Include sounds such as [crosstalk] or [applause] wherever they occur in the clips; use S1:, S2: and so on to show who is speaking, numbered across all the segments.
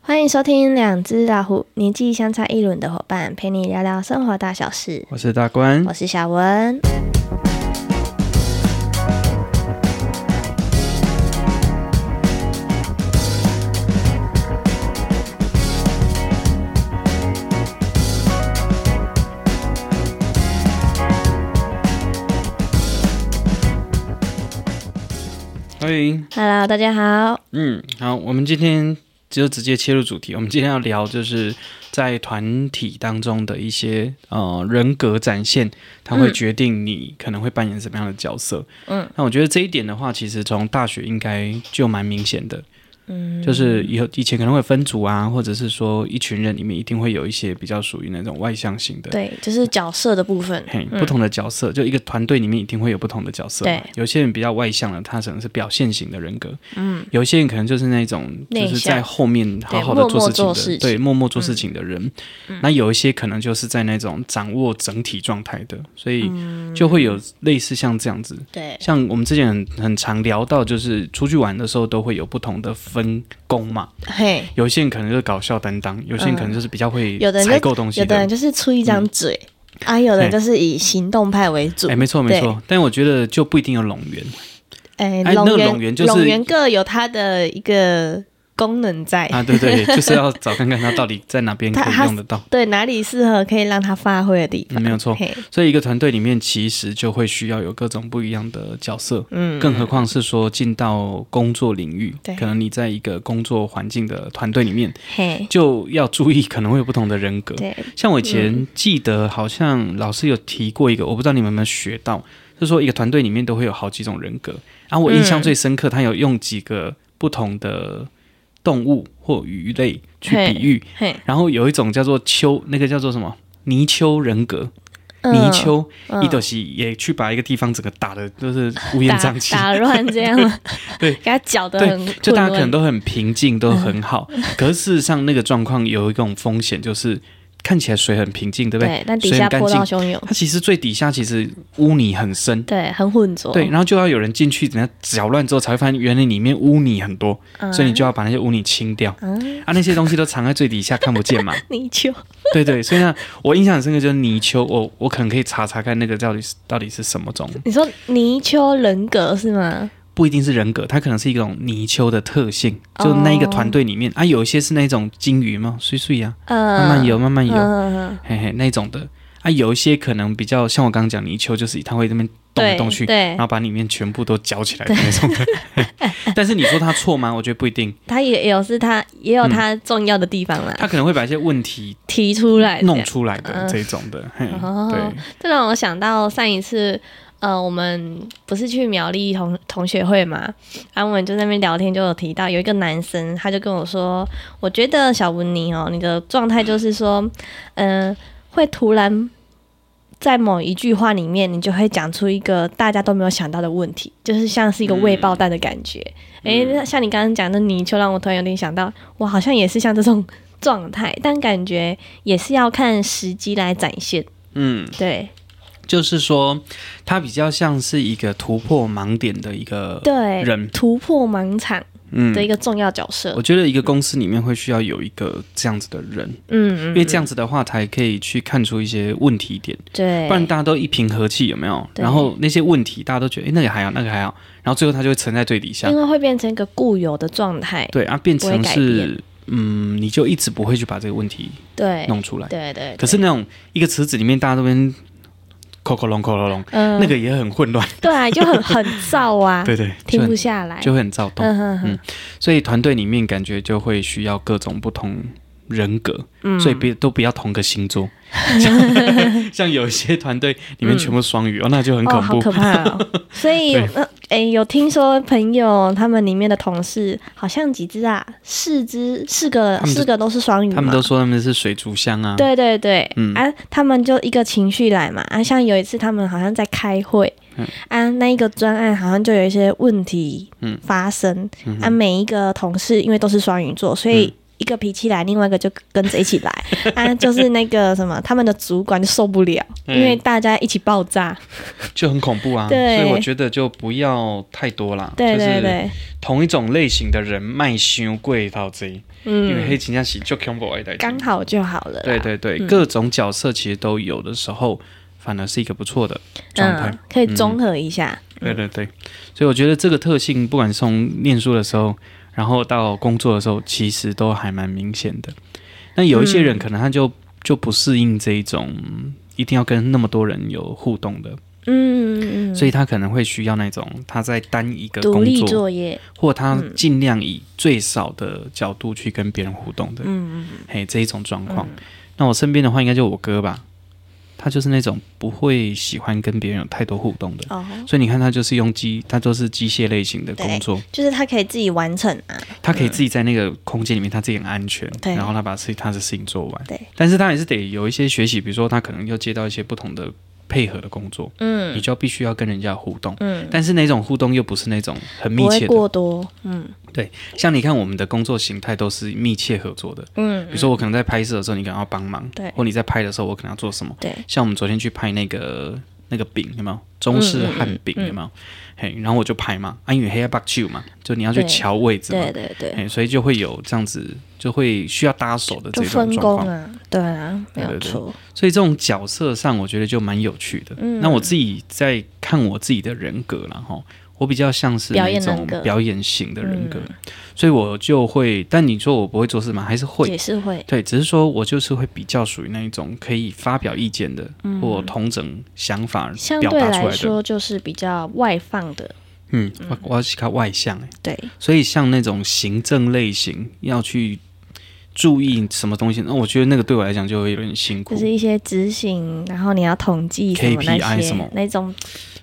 S1: 欢迎收听《两只老虎》，年纪相差一轮的伙伴，陪你聊聊生活大小事。
S2: 我是大官
S1: 我，是小文。
S2: 欢迎。
S1: Hello，大家好。
S2: 嗯，好，我们今天就直接切入主题。我们今天要聊就是在团体当中的一些呃人格展现，它会决定你可能会扮演什么样的角色。嗯，那我觉得这一点的话，其实从大学应该就蛮明显的。嗯，就是以后以前可能会分组啊，或者是说一群人里面一定会有一些比较属于那种外向型的，
S1: 对，就是角色的部分。
S2: 嘿，不同的角色，就一个团队里面一定会有不同的角色嘛。
S1: 嗯对
S2: 有些人比较外向的，他可能是表现型的人格。嗯，有些人可能就是那种
S1: 内
S2: 就是
S1: 向
S2: 在后面好好的
S1: 默默
S2: 事情
S1: 做
S2: 的，
S1: 事情嗯
S2: 对，默默做事情的人。那有一些可能就是在那种掌握整体状态的，所以
S1: 嗯
S2: 就会有类似像这样子。
S1: 对，
S2: 像我们之前很很常聊到，就是出去玩的时候都会有不同的分工嘛。
S1: 嘿，
S2: 有些人可能就是搞笑担当，有些人可能就是比较会
S1: 嗯有的人就
S2: 采购东西嗯
S1: 有的人就是出一张嘴，啊，有的人就是以行动派为主
S2: 哎、。没错没错，但我觉得就不一定有拢源。
S1: 哎
S2: 哎那
S1: 龙
S2: 个
S1: 源
S2: 龙源就是
S1: 龙源各有它的一个功能在，
S2: 啊，对对，就是要找看看它到底在哪边可以
S1: 它
S2: 用得到。
S1: 对哪里适合可以让它发挥的地方。
S2: 嗯没有错
S1: 嘿
S2: 所以一个团队里面其实就会需要有各种不一样的角色，
S1: 嗯，
S2: 更何况是说进到工作领域
S1: 对，
S2: 可能你在一个工作环境的团队里面，
S1: 嘿，
S2: 就要注意可能会有不同的人格。
S1: 对，
S2: 像我
S1: 嗯
S2: 以前记得好像老师有提过一个，我不知道你们有没有学到，就是说一个团队里面都会有好几种人格。然、后我印象最深刻，他有用几个不同的动物或鱼类去比喻，
S1: 嘿，
S2: 然后有一种叫做丘，那个叫做什么泥鳅人格，泥鳅，
S1: 嗯
S2: 伊斗西也去把一个地方整个打的，就是乌烟瘴气，
S1: 打打乱这样吗
S2: 对
S1: 给他搅得
S2: 对
S1: 很
S2: [laughs] 就大家
S1: 混
S2: 可能
S1: 乱
S2: 都很平静，都
S1: 嗯
S2: 很好。可是事实上，那个状况有一种风险，就是看起来水很平静，对不对？
S1: 对，但底
S2: 水
S1: 下
S2: 很干
S1: 波
S2: 净
S1: 涛汹涌，
S2: 它其实最底下其实污泥很深。
S1: [laughs] 对，很浑浊，
S2: 对，然后就要有人进去，等下搅乱之后才会发现，原来里面污泥很多，
S1: 嗯
S2: 所以你就要把那些污泥清掉。啊，那些东西都藏在最底下，看不见嘛。
S1: [laughs] 泥鳅，
S2: 对对，所以呢，我印象很深刻就是泥鳅，我我可能可以查查看那个到底是到底是什么种，
S1: 你说泥鳅人格是吗？
S2: 不一定是人格，它可能是一种泥鳅的特性，就那一个团队里面、啊，有一些是那种金鱼嘛，碎碎呀，
S1: 嗯，
S2: 慢慢游，慢慢游，
S1: 嗯，
S2: 嘿嘿那种的啊，有一些可能比较像我刚刚讲泥鳅，就是它会这边动来
S1: 对
S2: 动去，
S1: 对
S2: 然，后把里面全部都搅起来的那种的。
S1: [laughs]
S2: 但是你说它错吗？我觉得不一定，
S1: 他也有是他也
S2: 嗯
S1: 有他重要的地方啦，
S2: 它可能会把一些问题
S1: 提 [laughs] 出来这样
S2: 弄出来的
S1: 嗯
S2: 这种的，嘿，
S1: 哦
S2: 对，
S1: 这让我想到上一次，呃，我们不是去苗栗同同学会嘛，然后我们就在那边聊天，就有提到有一个男生，他就跟我说，我觉得小文你哦，你的状态就是说，嗯、会突然在某一句话里面，你就会讲出一个大家都没有想到的问题，就是像是一个未爆弹的感觉。诶，那像你刚刚讲的泥鳅，让我突然有点想到，我好像也是像这种 [laughs] 状态，但感觉也是要看时机来展现。
S2: 嗯。
S1: 对
S2: 就是说，他比较像是一个突破盲点的一个
S1: 对，
S2: 人，
S1: 突破盲场
S2: 嗯
S1: 的，一个重要角色
S2: 我。觉得一个公司里面会需要有一个这样子的人，
S1: 嗯，因
S2: 因为这样子的话才可以去看出一些问题点，
S1: 对，
S2: 不然大家都一平和气有没有？
S1: 对
S2: 然后那些问题大家都觉得，哎，那个还好，那个还好，然后最后他就会沉在最底下
S1: 因，为会变成一个固有的状态。
S2: 对啊，变
S1: 不会
S2: 成
S1: 改
S2: 是
S1: 变
S2: 嗯，你就一直不会去把这个问题
S1: 对，
S2: 弄出来。
S1: 哎对对。
S2: 可是那种一个池子里面大家都边扣扣隆扣扣隆，
S1: 嗯，
S2: 那个也很混乱，
S1: 对啊，就很很燥啊，
S2: [laughs] 对对，就
S1: 停不
S2: 很
S1: 下来。
S2: 就会很躁动。
S1: 嗯哼哼，
S2: 所以团队里面感觉就会需要各种不同人格，
S1: 嗯
S2: 所以别都不要同个
S1: [laughs]
S2: 星座。像像有一些团队里面全部双鱼、哦，那就很
S1: 哦，
S2: 恐
S1: 好
S2: 怖。
S1: 可怕哦。
S2: [laughs]
S1: 所以
S2: 对
S1: 呃，哎，有听说朋友他们里面的同事好像几只啊，四只，四个
S2: 他们就
S1: 四个都是双鱼嘛，
S2: 他们都说他们是水族箱啊，
S1: 对对对，
S2: 嗯
S1: 啊，他们就一个情绪来嘛，啊，像有一次他们好像在开会，
S2: 嗯
S1: 啊，那一个专案好像就有一些问题
S2: 嗯
S1: 发生，
S2: 嗯哼嗯
S1: 啊，每一个同事因为都是双鱼座，所以一个脾气来，另外一个就跟着一
S2: [laughs]
S1: 起来啊，就是那个什么，他们的主管就受不了，
S2: 嗯
S1: 因为大家一起爆
S2: [laughs]
S1: 炸。
S2: 就很恐怖啊。
S1: 对
S2: 所以我觉得就不要太多啦，
S1: 对对
S2: 就是
S1: 对，
S2: 同一种类型的人卖修贵到贼，因为
S1: 嗯，
S2: 黑请假喜就 combo 爱戴。
S1: 刚好就好了啦。
S2: 对对对，
S1: 嗯
S2: 各种角色其实都有的时候，反而是一个不错的状态。
S1: 嗯，可以综合一下。
S2: 对对对，所以我觉得这个特性，不管是从念书的时候，然后到工作的时候，其实都还蛮明显的。那有一些
S1: 嗯
S2: 人可能他就、就不适应这一种一定要跟那么多人有互动的，
S1: 嗯嗯嗯，
S2: 所以他可能会需要那种他在单一个
S1: 独
S2: 工
S1: 立
S2: 作，
S1: 作业，
S2: 或他
S1: 嗯
S2: 尽量以最少的角度去跟别人互动的，
S1: 嗯嗯
S2: 嘿，这一种状况。那我身边的话，应该就我哥吧，他就是那种不会喜欢跟别人有太多互动的。
S1: 嗯，哦，
S2: 所以你看，他就是用机，他都是机械类型的工
S1: 对
S2: 作，
S1: 就是他可以自己完成啊。
S2: 他可以自己在那个空间里面，他自己很安全，
S1: 对
S2: 然后他把事他的事情做完。
S1: 对，
S2: 但是他也是得有一些学习，比如说他可能要接到一些不同的配合的工作，
S1: 嗯
S2: 你就必须要跟人家互动，
S1: 嗯，
S2: 但是那种互动又不是那种很密
S1: 不会
S2: 切的，
S1: 过多。嗯
S2: 像你看我们的工作形态都是密切合作的。
S1: 嗯，
S2: 比如说我可能在拍摄的时候，你可能要帮忙，
S1: 对
S2: 或你在拍的时候，我可能要做什么。
S1: 对，
S2: 像我们昨天去拍那个那个饼，有没有中式汉饼？
S1: 嗯
S2: 有没有？嘿，然后我就拍嘛，啊，因为黑要 b u c k you 嘛，就你要去
S1: 对
S2: 瞧位置嘛
S1: 对，对对，
S2: 嘿，所以就会有这样子，就会需要搭手的
S1: 就
S2: 哎这种
S1: 分
S2: 状
S1: 工
S2: 况。
S1: 啊，对啊，没
S2: 对
S1: 有
S2: 对对
S1: 错。
S2: 所以这种角色上，我觉得就蛮有趣的。
S1: 嗯
S2: 那我自己在看我自己的人格然后我比较像是
S1: 表
S2: 那
S1: 演
S2: 种
S1: 人格
S2: 表演型的人格，
S1: 嗯
S2: 所以我就会。但你说我不会做事吗？还是会
S1: 也是会，
S2: 对，只是说我就是会比较属于那一种可以发表意见的，或同整想法
S1: 嗯相
S2: 表
S1: 对
S2: 达出
S1: 来
S2: 来的。
S1: 说就是比较外放的，
S2: 嗯，我我要去看外向、欸，
S1: 对，
S2: 所以像那种行政类型要去注意什么东西，那我觉得那个对我来讲就会有点辛苦
S1: 就，是一些执行，然后你要统计什么
S2: KPI
S1: 那
S2: 什么
S1: 些那种，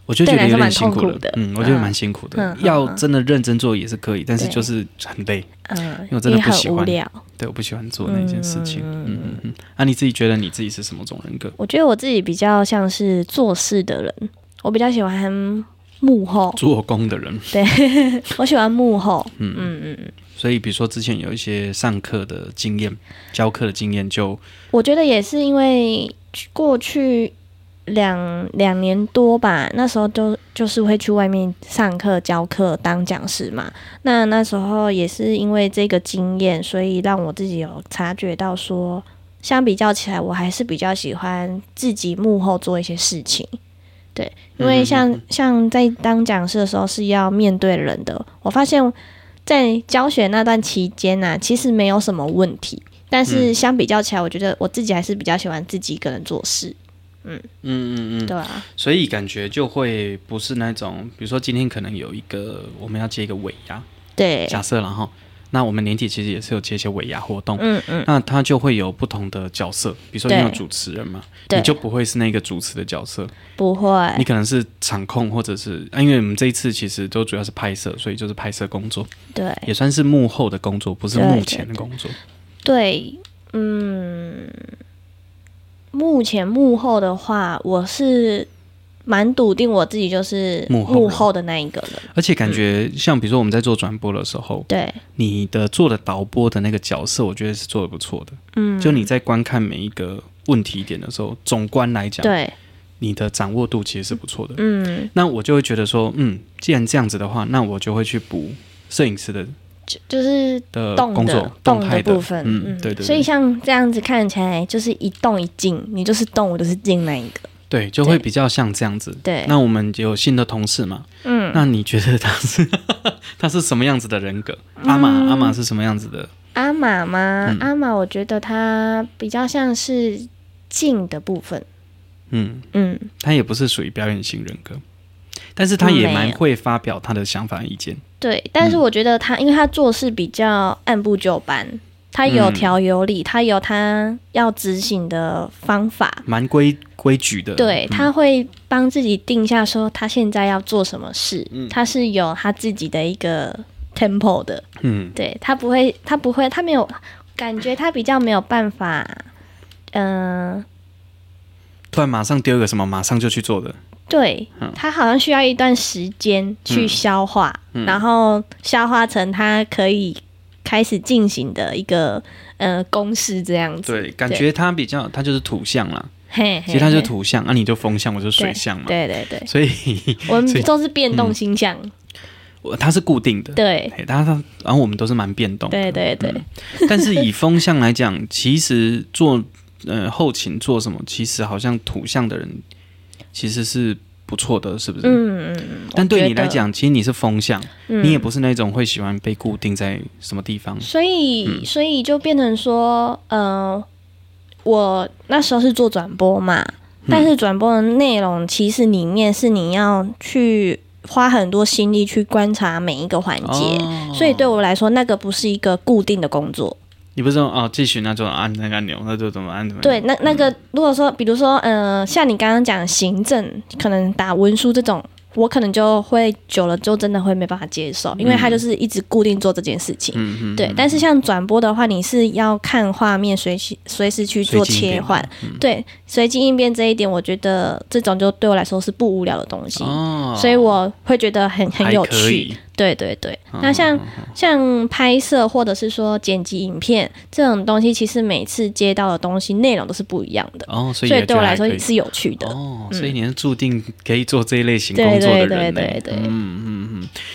S2: 我就觉得有点辛
S1: 对
S2: 苦
S1: 你来说蛮
S2: 了。
S1: 痛苦的
S2: 嗯，我觉得蛮辛苦的，
S1: 嗯嗯
S2: 要真的认真做也是可以，但是
S1: 对
S2: 就是很累，
S1: 嗯，
S2: 我真的
S1: 也
S2: 不喜
S1: 很无
S2: 欢
S1: 聊。
S2: 对，我不喜欢做那件事情。嗯嗯嗯。那、你自己觉得你自己是什么种人格？
S1: 我觉得我自己比较像是做事的人，我比较喜欢幕后，
S2: 做工的人，
S1: 我喜欢幕后，
S2: 嗯
S1: 嗯嗯嗯，
S2: 所以比如说之前有一些上课的经验、教课的经验就，
S1: 我觉得也是因为过去。两两年多吧，那时候就就是会去外面上课、教课、当讲师嘛。那那时候也是因为这个经验，所以让我自己有察觉到说，相比较起来，我还是比较喜欢自己幕后做一些事情。对，因为像像在当讲师的时候是要面对人的，我发现，在教学那段期间呢、其实没有什么问题。但是相比较起来，我觉得我自己还是比较喜欢自己一个人做事，
S2: 嗯嗯嗯，
S1: 对啊，
S2: 所以感觉就会不是那种，比如说今天可能有一个我们要接一个尾牙，
S1: 对，
S2: 假设然后，那我们年底其实也是有接一些尾牙活动，
S1: 嗯嗯，
S2: 那他就会有不同的角色，比如说你
S1: 对
S2: 有主持人嘛，
S1: 对哎
S2: 你就不会是那个主持的角色，
S1: 不会，
S2: 你可能是场控或者是，啊、因为我们这一次其实都主要是拍摄，所以就是拍摄工作，
S1: 对
S2: 也算是幕后的工作，不是
S1: 对
S2: 幕
S1: 对
S2: 前的工作。
S1: 对，嗯，目前幕后的话，我是蛮笃定我自己就是
S2: 幕后人
S1: 幕后的那一个人，
S2: 而且感
S1: 嗯
S2: 觉像比如说我们在做转播的时候，
S1: 对，
S2: 你的做的导播的那个角色，我觉得是做的不错的。
S1: 嗯，
S2: 就你在观看每一个问题点的时候，总观来讲，
S1: 对，
S2: 你的掌握度其实是不错的。
S1: 嗯，
S2: 那我就会觉得说，嗯，既然这样子的话，那我就会去补摄影师的
S1: 就就是
S2: 的
S1: 动
S2: 呃工
S1: 的
S2: 作
S1: 动
S2: 动态
S1: 部分，
S2: 嗯，对对对，
S1: 所以像这样子看起来就是一动一静，你就是动，我就是静那一个，
S2: 对就会比较像这样子。
S1: 对，
S2: 那我们有新的同事嘛？
S1: 嗯，
S2: 那你觉得他是 [laughs] 他是什么样子的人格？
S1: 嗯
S2: 阿玛阿玛是什么样子的？
S1: 阿玛吗？
S2: 嗯
S1: 阿玛，我觉得他比较像是静的部分，
S2: 嗯，
S1: 嗯，
S2: 他也不是属于表演型人格，但是他也
S1: 没
S2: 蛮
S1: 有
S2: 会发表他的想法意见。
S1: 对，但
S2: 嗯
S1: 是我觉得他，因为他做事比较按部就班，他有
S2: 嗯
S1: 条有理，他有他要执行的方法。
S2: 蛮规规矩的，
S1: 对，
S2: 嗯
S1: 他会帮自己定下说他现在要做什么事，
S2: 嗯
S1: 他是有他自己的一个 tempo 的。
S2: 嗯，
S1: 对他不会，他不会，他没有感觉，他比较没有办法，嗯、
S2: 突然马上丢一个什么，马上就去做的，
S1: 对
S2: 嗯，
S1: 他好像需要一段时间去消化，
S2: 嗯
S1: 然后消化成他可以开始进行的一个呃公式这样子。
S2: 对，感觉它比较，它就是土象啦，
S1: 嘿，嘿
S2: 其实它就是
S1: 嘿
S2: 土象，啊，你就风象，我就水象嘛，
S1: 对对对，
S2: 所以 [laughs]
S1: 我
S2: 所以嗯
S1: 们都是变动星象，
S2: 我它是固定的。
S1: 对
S2: 嘿它它，然后我们都是蛮变动
S1: 对
S2: 的，
S1: 对对，
S2: 但是以风向来讲，其实做呃后勤做什么，其实好像土象的人其实是不错的，是不是？
S1: 嗯嗯嗯。
S2: 但对你
S1: 我觉得
S2: 来，讲，其实你是风向，
S1: 嗯
S2: 你也不是那种会喜欢被固定在什么地方。
S1: 所以，所以就变成说，呃，我那时候是做转播嘛，但是转播的内容其实里面是你要去花很多心力去观察每一个环节，
S2: 哦
S1: 所以对我来说，那个不是一个固定的工作。
S2: 你不是说哦，继续那就按那个按钮，那就怎么按怎么按。
S1: 对，那那
S2: 嗯
S1: 个如果说，比如说，呃，像你刚刚讲行政，可能打文书这种。我可能就会久了，就真的会没办法接受，因为他就是一直固定做这件事情。
S2: 嗯嗯，
S1: 对，但是像转播的话，你是要看画面随时随时去
S2: 随
S1: 做
S2: 机应
S1: 切
S2: 变嗯
S1: 换，对，随机应变这一点，我觉得这种就对我来说是不无聊的东西，
S2: 哦，
S1: 所以我会觉得很很
S2: 还
S1: 有
S2: 可
S1: 趣。
S2: 以。
S1: 对对对，
S2: 嗯
S1: 那像、像拍摄或者是说剪辑影片这种东西，其实每次接到的东西内容都是不一样的，
S2: 哦，所
S1: 所
S2: 以
S1: 以
S2: 也觉
S1: 对我
S2: 得
S1: 来
S2: 还可
S1: 说
S2: 以
S1: 也是有趣的。
S2: 哦，所以你是注定可以做这一类型
S1: 对
S2: 工作的
S1: 对
S2: 人
S1: 对
S2: 呢
S1: 对对，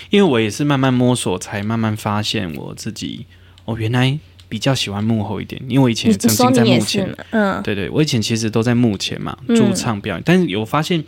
S2: 因为我也是慢慢摸索，才慢慢发现我自己，哦，原来比较喜欢幕后一点，因为我以前
S1: 你
S2: 也
S1: 你
S2: 曾
S1: 说
S2: 经在
S1: 你也
S2: 幕
S1: 是
S2: 前哦
S1: 吗，？嗯，
S2: 对对，我以前其实都在幕前嘛，
S1: 嗯
S2: 驻唱表演，但是有发现。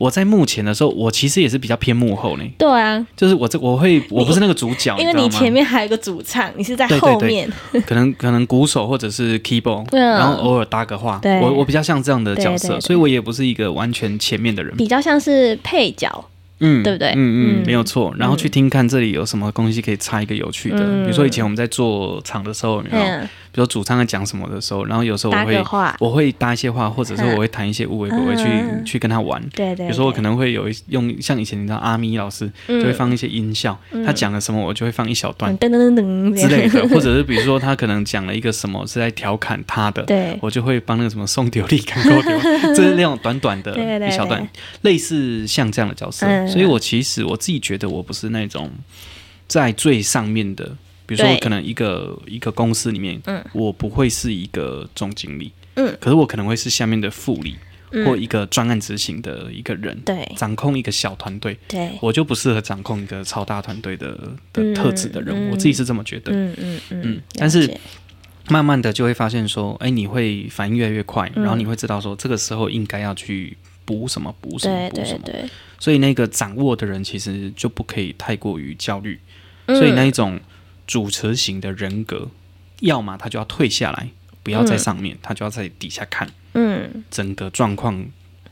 S2: 我在幕前的时候，我其实也是比较偏幕后呢，
S1: 对啊，
S2: 就是我这我会我不是那个主角，
S1: 因为
S2: 哦你
S1: 你
S2: 知道吗
S1: 前面还有一个主唱，你是在
S2: 对对
S1: 后
S2: 对
S1: 面，
S2: 可能可能鼓手或者是 keyboard，、
S1: 嗯
S2: 然后偶尔搭个话，
S1: 对
S2: 我我比较像这样的角色，
S1: 对对对
S2: 所以我也不是一个完全前面的人，
S1: 比较像是配角。
S2: 嗯，
S1: 对不对
S2: 嗯
S1: 嗯
S2: 嗯，没有错。然后去听看这里有什么东西可以插一个有趣的，
S1: 嗯
S2: 比如说以前我们在做场的时候，有没有
S1: 嗯，
S2: 比如说主唱在讲什么的时候，然后有时候
S1: 搭
S2: 我
S1: 个
S2: 会
S1: 话，
S2: 我会搭一些话，或者是
S1: 嗯
S2: 我会弹一些舞，我
S1: [laughs] 嗯
S2: 会去
S1: 嗯
S2: 去跟他玩。
S1: 对对，
S2: 比如说我可
S1: 能
S2: 能会有一用像以前你知道阿咪老师
S1: 嗯
S2: 就会放一些音效，他讲了什么我就会放一小段
S1: 噔噔噔噔
S2: 之 [laughs] 类，
S1: 这 [laughs]
S2: 的，
S1: 样
S2: 或者是比如说他可能讲了一个什么是在调侃他的，
S1: 对，
S2: 我就会帮那个什么送丢力干够丢，就是那种短短的
S1: 对 [laughs] 对对
S2: 一小段，类似像这样的角色。
S1: 嗯
S2: 所以我其实我自己觉得我不是那种在最上面的，比如说
S1: 对
S2: 可能一个一个公司里面，
S1: 嗯
S2: 我不会是一个总经理，
S1: 嗯，
S2: 可是我可能会是下面的副理、或
S1: 嗯，
S2: 一个专案执行的一个人，
S1: 对
S2: 掌控一个小团队。
S1: 对，
S2: 我就不适合掌控一个超大团队的的
S1: 嗯
S2: 特质的人，
S1: 嗯
S2: 我自己是这么觉得。
S1: 嗯嗯嗯
S2: 嗯，但是
S1: 了解
S2: 慢慢的就会发现说，哎，你会反应越来越快，
S1: 嗯
S2: 然后你会知道说这个时候应该要去补什么补什
S1: 对
S2: 么补什
S1: 对
S2: 么，
S1: 对，
S2: 所以那个掌握的人其实就不可以太过于焦虑，
S1: 嗯
S2: 所以那一种主持型的人格，要么他就要退下来，不要在上面，他就要在底下看
S1: 嗯，嗯
S2: 整个状况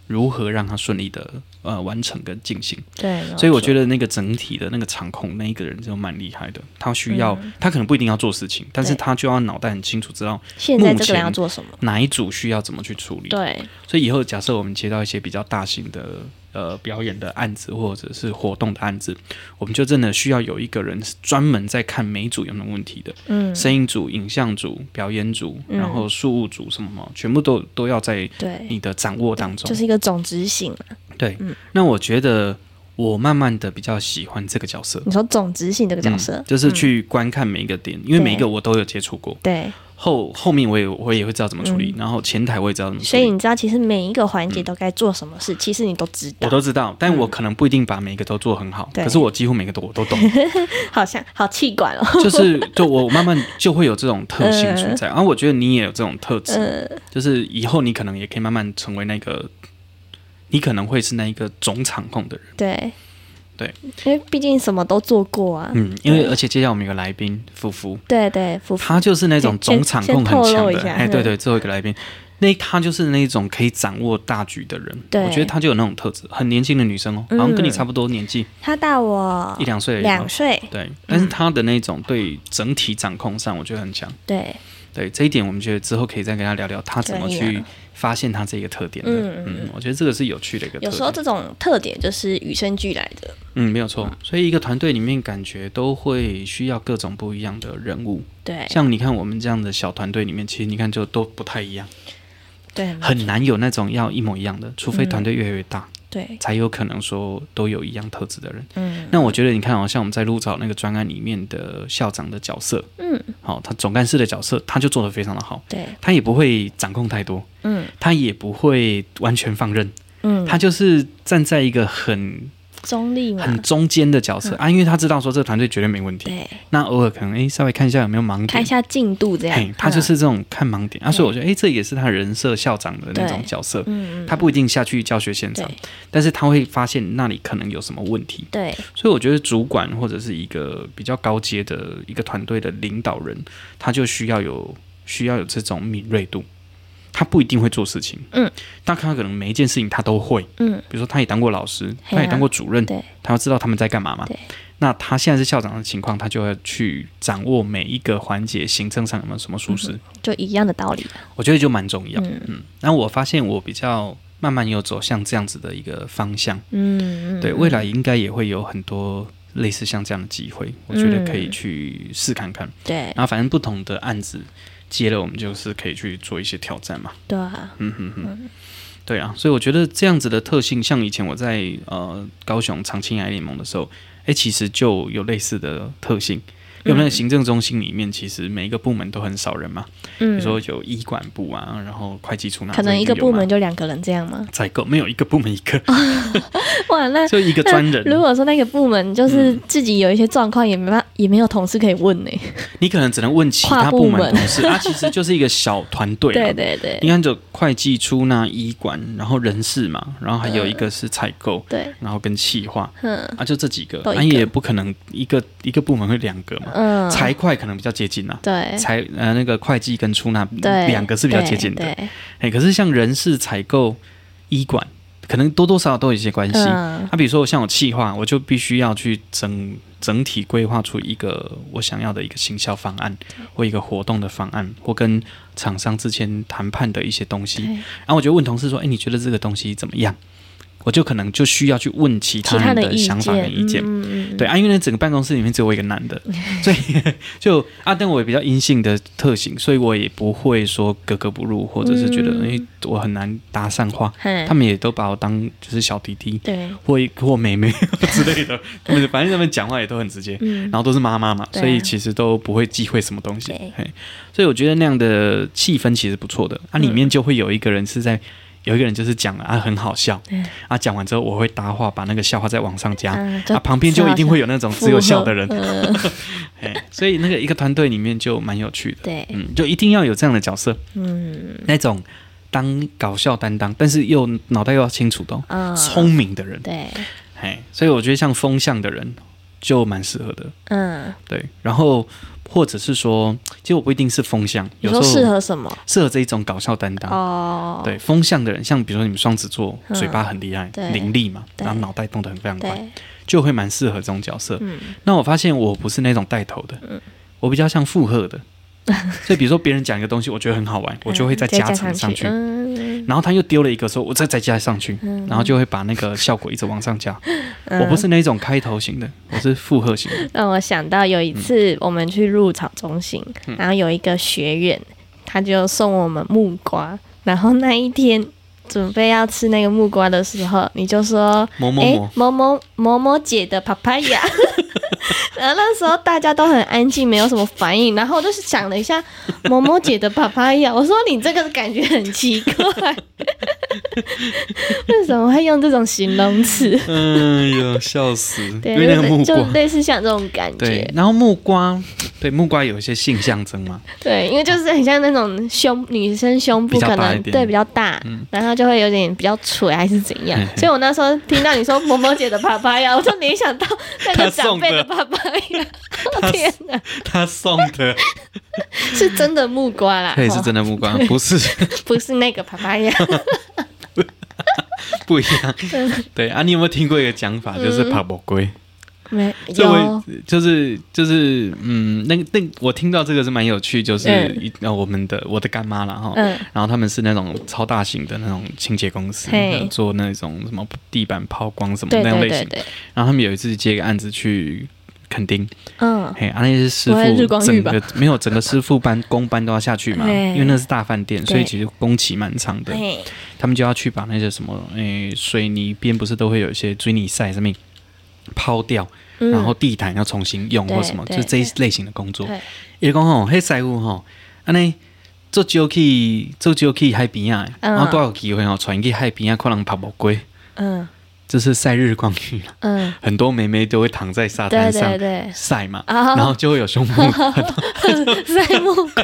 S2: 如何让他顺利的呃完成跟进行。
S1: 对，
S2: 所以我觉
S1: 得
S2: 得那个整体的那个场控那一个人就蛮厉害的，他需要、他可能不一定要做事情，但是
S1: 对
S2: 他就要脑袋很清楚知道。
S1: 现在这
S2: 目
S1: 个人
S2: 前
S1: 要做什么？
S2: 哪一组需要怎么去处理。
S1: 对，
S2: 所以以后假设我们接到一些比较大型的呃表演的案子或者是活动的案子，我们就真的需要有一个人是专门在看每一组有没有问题的，
S1: 嗯，
S2: 声音组、影像组、表演组，
S1: 嗯
S2: 然后事务组什么什么，全部都都要在
S1: 对，
S2: 你的掌握当中。
S1: 就是一个总执行嘛。
S2: 对，
S1: 嗯
S2: 那我觉得我慢慢的比较喜欢这个角色。
S1: 你说总执行这个角
S2: 嗯
S1: 色，
S2: 就是去观看每一个点，因为
S1: 对
S2: 每一个我都有接触过，
S1: 对，
S2: 后后面我也我也会知道怎么处理，然后前台我也知道怎么处理，
S1: 嗯
S2: 嗯
S1: 所以你知道其实每一个环节都该做什么事，其实你都知
S2: 我
S1: 道，
S2: 都知道，但我可能不一定把每个都做很好，
S1: 嗯对
S2: 可是我几乎每个都我都懂， [laughs]
S1: 好像好气管哦。
S2: 就是就我慢慢就会有这种特性存
S1: 呃
S2: 在，然啊后、我觉得你也有这种特质，就是以后你可能也可以慢慢成为那个，你可能会是那一个总场控的人，
S1: 对，
S2: 对，
S1: 因为毕竟什么都做过啊。
S2: 嗯，因为而且接下来我们有个来宾福福，
S1: 对对，夫妇
S2: 他就是那种总场控很
S1: 先透
S2: 强
S1: 露
S2: 的
S1: 一，下
S2: 哎，
S1: 嗯
S2: 对对，最后一个来宾。那他就是那种可以掌握大局的人，
S1: 对
S2: 我觉得他就有那种特质，很年轻的女生哦，好像跟你差不多年纪，
S1: 他大我
S2: 一两岁而已吧，
S1: 两岁，
S2: 对，但是他的那种对整体掌控上，我觉得很强。
S1: 对，
S2: 对这一点，我们觉得之后可以再跟他聊聊，他怎么
S1: 可以
S2: 去
S1: 啊
S2: 发现他这个特点的。
S1: 嗯
S2: 嗯我觉得这个是有趣的一个
S1: 有时
S2: 特
S1: 候
S2: 点。
S1: 这种特点就是与生俱来的。
S2: 嗯，没有错。所以一个团队里面，感觉都会需要各种不一样的人物。
S1: 对
S2: 像你看我们这样的小团队里面，其实你看就都不太一样，
S1: 对嗯
S2: 很难有那种要一模一样的，除非团队越来越大。
S1: 对，
S2: 才有可能说都有一样特质的人。
S1: 嗯
S2: 那我觉得你看、哦，像我们在鹿草那个专案里面的校长的角色，
S1: 嗯，
S2: 好、他总干事的角色，他就做得非常的好，
S1: 对，
S2: 他也不会掌控太多，
S1: 嗯
S2: 他也不会完全放任，
S1: 嗯，
S2: 他就是站在一个很
S1: 中立嘛，
S2: 很中间的角色、啊，因为他知道说这个团队绝对没问题，
S1: 嗯对，
S2: 那偶尔可能诶稍微看一下有没有盲
S1: 看一
S2: 点。
S1: 下嗯进度这
S2: 嘿
S1: 样，，
S2: 他就是这种看盲点、啊，所以我觉得，诶，这也是他人设校长的那种
S1: 对
S2: 角色，
S1: 嗯，嗯嗯，
S2: 他不一定下去教学现场
S1: 对，
S2: 但是他会发现那里可能有什么问题，
S1: 对，
S2: 所以我觉得主管或者是一个比较高阶的一个团队的领导人，他就需要有需要有这种敏锐度。他不一定会做事情，
S1: 嗯，
S2: 但他可能每一件事情他都会，
S1: 嗯
S2: 比如说他也当过老师，
S1: 嘿啊
S2: 他也当过主任，
S1: 对
S2: 他要知道他们在干嘛嘛
S1: 对。
S2: 那他现在是校长的情况，他就要去掌握每一个环节行政上有没有什么疏失，
S1: 就一样的道理啊，
S2: 我觉得就蛮重要。
S1: 嗯
S2: 嗯，那我发现我比较慢慢有走向这样子的一个方向，
S1: 嗯，嗯
S2: 对，未来应该也会有很多类似像这样的机会，我觉得可以去试看看。
S1: 对
S2: 然后反正不同的案子接了，我们就是可以去做一些挑战嘛。
S1: 对啊，
S2: 嗯哼哼，对啊，所以我觉得这样子的特性，像以前我在呃高雄长青癌联盟的时候，哎，其实就有类似的特性。因为我们那个行政中心里面，其实每一个部门都很少人嘛，比
S1: 嗯
S2: 如，说有医管部啊，然后会计处那
S1: 可能一个
S2: 边有
S1: 部
S2: 嘛
S1: 门就两个人这样
S2: [laughs]
S1: 吗？
S2: 采购没有一个部门一个，
S1: 哇，那
S2: [laughs] 就一个专人。
S1: [laughs] 如果说那个部门就是
S2: 嗯
S1: 自己有一些状况，也没办法，也没有同事可以问呢。
S2: 你可能只能问其他
S1: 跨
S2: 部
S1: 部
S2: 门
S1: 门
S2: 同事，啊它其实就是一个小团队啦。
S1: [laughs] 对对对
S2: 你看，就会计、出纳、医管，然后人事嘛，然后还有一个是采购，
S1: 对，
S2: 然后跟企划
S1: 嗯
S2: 啊，就这几个。
S1: 都一
S2: 啊，
S1: 个
S2: 也不可能一个一个部门会两个嘛。
S1: 嗯，
S2: 财会可能比较接近啦，
S1: 对
S2: 财呃那个会计跟出纳
S1: 对
S2: 两个是比较接近
S1: 对
S2: 的。
S1: 对
S2: 哎，可是像人事、采购、医管，可能多多少少都有一些关系。
S1: 嗯
S2: 啊，比如说像我企划，我就必须要去整整体规划出一个我想要的一个行销方案，或一个活动的方案，或跟厂商之间谈判的一些东西。
S1: 对
S2: 然后我就问同事说：“哎，你觉得这个东西怎么样？”我就可能就需要去问其
S1: 其
S2: 他
S1: 他
S2: 人
S1: 的
S2: 的想法跟意见。
S1: 嗯嗯嗯，
S2: 对啊，因为那整个办公室里面只有我一个男
S1: [laughs]
S2: 的，所以就啊，但我也比较阴性的特性，所以我也不会说格格不入，或者是觉得
S1: 嗯
S2: 哎、诶我很难搭上话。
S1: 嘿
S2: 他们也都把我当就是小弟弟，
S1: 对，
S2: 或或妹 [laughs] 妹之类的，他们反正他们讲话也都很直接，
S1: 嗯
S2: 然，后都是妈妈嘛，
S1: 对啊
S2: 所以其实都不会忌讳什么东西
S1: 对。
S2: 嘿，所以我觉得那样的气氛其实不错的。啊，
S1: 嗯
S2: 里面就会有一个人是在。有一个人就是讲啊很好笑
S1: 嗯，
S2: 啊讲完之后我会搭话，把那个笑话再往上加，
S1: 嗯
S2: 啊旁边就一定会有那种只有笑的人，
S1: 嗯
S2: [laughs] 嘿，所以那个一个团队里面就蛮有趣的，
S1: 对，
S2: 嗯，就一定要有这样的角色，
S1: 嗯
S2: 那种当搞笑担当，但是又脑袋又要清楚的哦、
S1: 啊，
S2: 聪明的人，
S1: 对，
S2: 嘿，所以我觉得像风向的人就蛮适合的，
S1: 嗯，
S2: 对。然后或者是说，其实我不一定是风向，
S1: 你
S2: 有
S1: 说
S2: 时
S1: 适
S2: 候啊
S1: 合什么？
S2: 适合这一种搞笑担当。
S1: 哦，
S2: 对风向的人，像比如说你们双子座，
S1: 嗯
S2: 嘴巴很厉害，
S1: 对
S2: 伶俐嘛，
S1: 对
S2: 然后脑袋动得很非常快，
S1: 对，
S2: 就会蛮适合这种角色。
S1: 嗯
S2: 那我发现我不是那种带头的，我比较像附和
S1: [laughs]
S2: 的。所以比如说别人讲一个东西，我觉得很好玩，我就会再加成上去。
S1: 嗯，
S2: 然后他又丢了一个说，我再再加上去，
S1: 嗯
S2: 然后就会把那个效果一直往上加。
S1: 嗯
S2: 我不是那种开头型的，我是附和型
S1: [laughs]
S2: 的。
S1: 让我想到有一
S2: 嗯
S1: 次我们去入场中心，然后有一个学员，他就送我们木瓜，然后那一天准备要吃那个木瓜的时候，你就说
S2: 某：“某
S1: 哎、某
S2: 某，
S1: 某某某姐的
S2: [laughs]
S1: papaya。”然后那时候大家都很安静，没有什么反应。然后我就是想了一
S2: [laughs]
S1: 下，某某姐的 papaya，我说你这个感觉很奇
S2: [laughs]
S1: 怪，为什么会用这种形容词？
S2: 哎呦，笑死！
S1: 对，
S2: 因为那个木
S1: 就就
S2: 瓜，
S1: 类似像这种感觉
S2: 对。，然后木瓜，对木瓜有一些性象征嘛，
S1: 对，因为就是很像那种胸，女生胸
S2: 比
S1: 部
S2: 较
S1: 可
S2: 大一
S1: 能
S2: 点嗯
S1: 对比较大，然后就会有点比较垂还是怎样。所以我那时候听到你说某某姐的爸爸呀，我就联想到那
S2: 她
S1: 个长
S2: 送
S1: 辈
S2: 的
S1: 的爸爸呀。我 [laughs] 天哪，
S2: 他送的， [laughs]
S1: 是真的木瓜啦，
S2: 对，是
S1: 的，
S2: 真的木瓜，
S1: [laughs]
S2: 不是
S1: 不是那个爸爸
S2: [laughs]
S1: 呀。
S2: 不一样。对啊，你有没有听过一个讲法，就是
S1: 嗯
S2: 泡沫龟？
S1: 没
S2: 这
S1: 有
S2: 位，就是就是嗯，那个那个我听到这个是蛮有趣，就是
S1: 嗯
S2: 一呃我们的我的干妈了哈，
S1: 嗯
S2: 然后他们是那种超大型的那种清洁公司
S1: 嘿，
S2: 做那种什么地板抛光什么
S1: 对
S2: 那种
S1: 对
S2: 类
S1: 对
S2: 型。
S1: 对，
S2: 然后他们有一次接个案子去垦丁，
S1: 嗯，
S2: 嘿，啊那些师
S1: 不会日
S2: 傅
S1: 光
S2: 整
S1: 浴吧
S2: 个 [laughs] 没有整个师傅班工班都要下去嘛，
S1: 对
S2: 因为那是大饭店，
S1: 对
S2: 所以其实工期蛮长的，
S1: 嘿，
S2: 他们就要去把那些什么诶、水泥边不是都会有一些水泥塞上面抛掉，
S1: 嗯
S2: 然后地毯要重新用
S1: 对
S2: 或什么，就
S1: 对
S2: 是这一类型的工作
S1: 对。
S2: 伊讲吼，迄师傅吼，安尼做少去做少去海边啊，
S1: 嗯
S2: 然后多有机会吼，传去海边啊，看人拍乌龟，
S1: 嗯
S2: 这是晒日光浴啊啦。
S1: 嗯， [laughs]
S2: 很多妹妹都会躺在沙
S1: 对
S2: 滩
S1: 对
S2: 上
S1: 对，
S2: 晒嘛，
S1: 啊
S2: 然后就会
S1: [laughs]
S2: 有胸部
S1: 塞木瓜，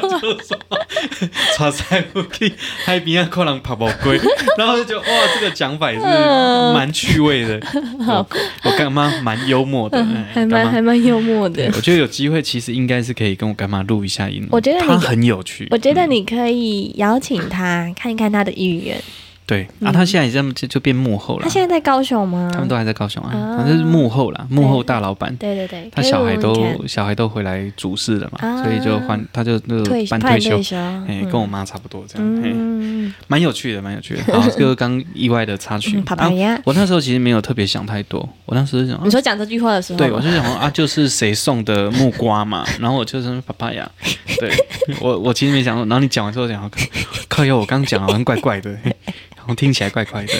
S2: 插晒不去海边啊，看人拍乌
S1: [laughs]
S2: 龟，然后就觉得哇，这个讲法也是
S1: 嗯
S2: 蛮趣味的，我我干妈蛮幽默的，
S1: 嗯还
S2: [laughs] 哎干嗯
S1: 蛮
S2: 妈
S1: 还蛮幽默的
S2: 对。我觉得有机会，其实应该是可以跟我干妈录一下音。
S1: 我觉得你
S2: 她很有趣，
S1: 我觉得
S2: 嗯
S1: 你可以邀请他看一看他的语言。
S2: 对啊，她现在也这么就就变幕后了
S1: 他。嗯现在在高雄吗？
S2: 他们都还在高雄啊，
S1: 啊
S2: 反正是幕后啦，幕后大老板，
S1: 对对对，哎
S2: 他
S1: 可以
S2: 小孩
S1: 问问看
S2: 都小孩都回来主事了嘛，
S1: 啊
S2: 所以就换他就那
S1: 退
S2: 个办
S1: 快
S2: 退休，
S1: 休，
S2: 哎，
S1: 嗯
S2: 跟我妈差不多这样，嘿
S1: 嗯，
S2: 蛮有趣的，蛮有
S1: [laughs]
S2: 趣的。然后就是刚意外的插曲
S1: 嗯，爸爸
S2: 啊
S1: 呀，
S2: 我那时候其实没有特别想太多，我当时就想啊
S1: 你。说讲这句话的时候吗，
S2: 对，我就想说啊，就是谁送的木
S1: [laughs]
S2: 瓜嘛，然后我就是爸爸呀，对我我其实没想说，然后你讲完之后讲，靠哟，我刚讲好像怪怪的，嘿然后听起来怪怪的，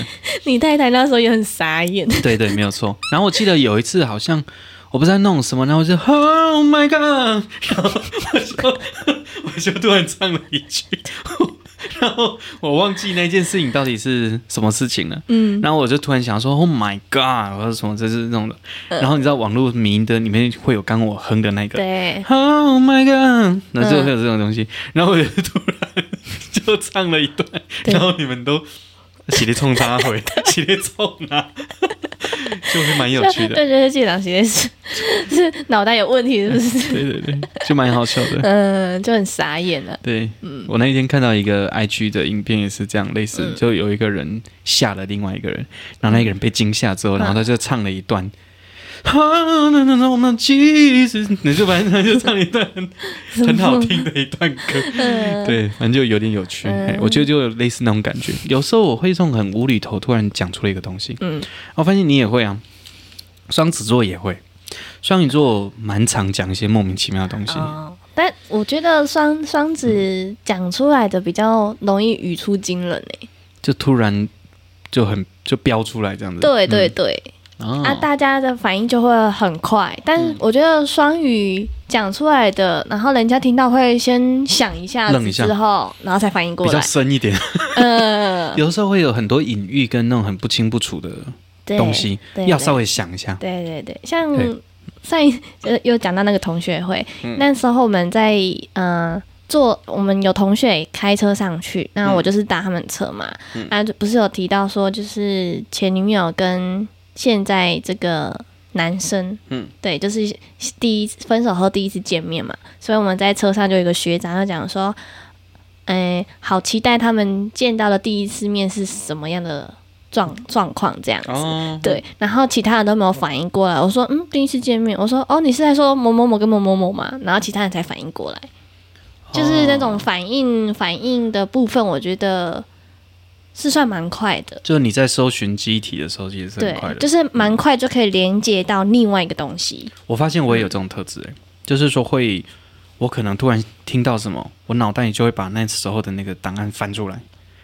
S1: 你太太那时候也很傻眼，
S2: 对对，没有错。然后我记得有一次好像我不知道弄什么，然后我就 Oh my God，然后我就 [laughs] 我就突然唱了一句， [laughs] 然后我忘记那件事情到底是什么事情了。
S1: 嗯，
S2: 然后我就突然想说，Oh my God，我说什么这是那种的。然后你知道网络迷的里面会有刚我哼的那个
S1: 呃对，
S2: Oh my God，那就会有这种东西。然后我就突然就唱了一段，
S1: 对
S2: 然后你们都起立冲他回，起立冲啊，就会蛮有趣的。
S1: 对对对，这两些是 [laughs] 是脑袋有问题，是不是？
S2: [laughs] 对对对，就蛮好笑的。
S1: 嗯，就很傻眼了。
S2: 对，我那一天看到一个 IG 的影片，也是这样类似，
S1: 嗯
S2: 就有一个人吓了另外一个人，然后那个人被惊吓之后，然后他就唱了一段。啊，那那那我们其实，你就反正他就唱了一段很很好听的一段歌，
S1: 嗯，
S2: 对，反正就有点有趣。
S1: 嗯
S2: 嘿我觉得就有类似那种感觉。有时候我会这种很无厘头，突然讲出了一个东西。
S1: 嗯，
S2: 我发现你也会啊，双子座也会。双鱼座蛮常讲一些莫名其妙的东西，
S1: 哦，但我觉得双双子讲出来的比较容易语出惊人欸诶。
S2: 就突然就很就飙出来这样子。
S1: 对
S2: 嗯
S1: 对对，
S2: 哦
S1: 啊，大家的反应就会很快。但是我觉得双语讲出来的，然后人家听到会先想一下
S2: 愣一
S1: 子
S2: 下
S1: 之后，然后才反应过
S2: 比较
S1: 来。
S2: 深一点， [laughs]
S1: 嗯，
S2: 有时候会有很多隐喻跟那种很不清不楚的
S1: 对
S2: 东西，
S1: 对
S2: 要
S1: 对
S2: 稍微想一下。
S1: 对对对，像
S2: 对
S1: 上一呃有讲到那个同学会，那时候我们在呃坐，我们有同学开车上去，那我就是搭他们车嘛，啊就不是有提到说就是前女友跟现在这个男生，
S2: 嗯
S1: 嗯，对，就是第一次分手后第一次见面嘛，所以我们在车上就有一个学长就讲说，哎，好期待他们见到的第一次面是什么样的状状况这样子，
S2: 哦，
S1: 对，然后其他人都没有反应过来。我说，嗯，第一次见面，我说，哦，你是在说某某某跟某某某吗？然后其他人才反应过来，就是那种
S2: 哦，
S1: 反应反应的部分，我觉得是算蛮快的，
S2: 就你在搜寻机体的时候，其实是很
S1: 对
S2: 快，的
S1: 就。是蛮快就可以连接到另外一个东西。
S2: 我发现我也有这种特质、
S1: 嗯
S2: 欸，就是说会，我可能突然听到什么，我脑袋里就会把那时候的那个档案翻出来，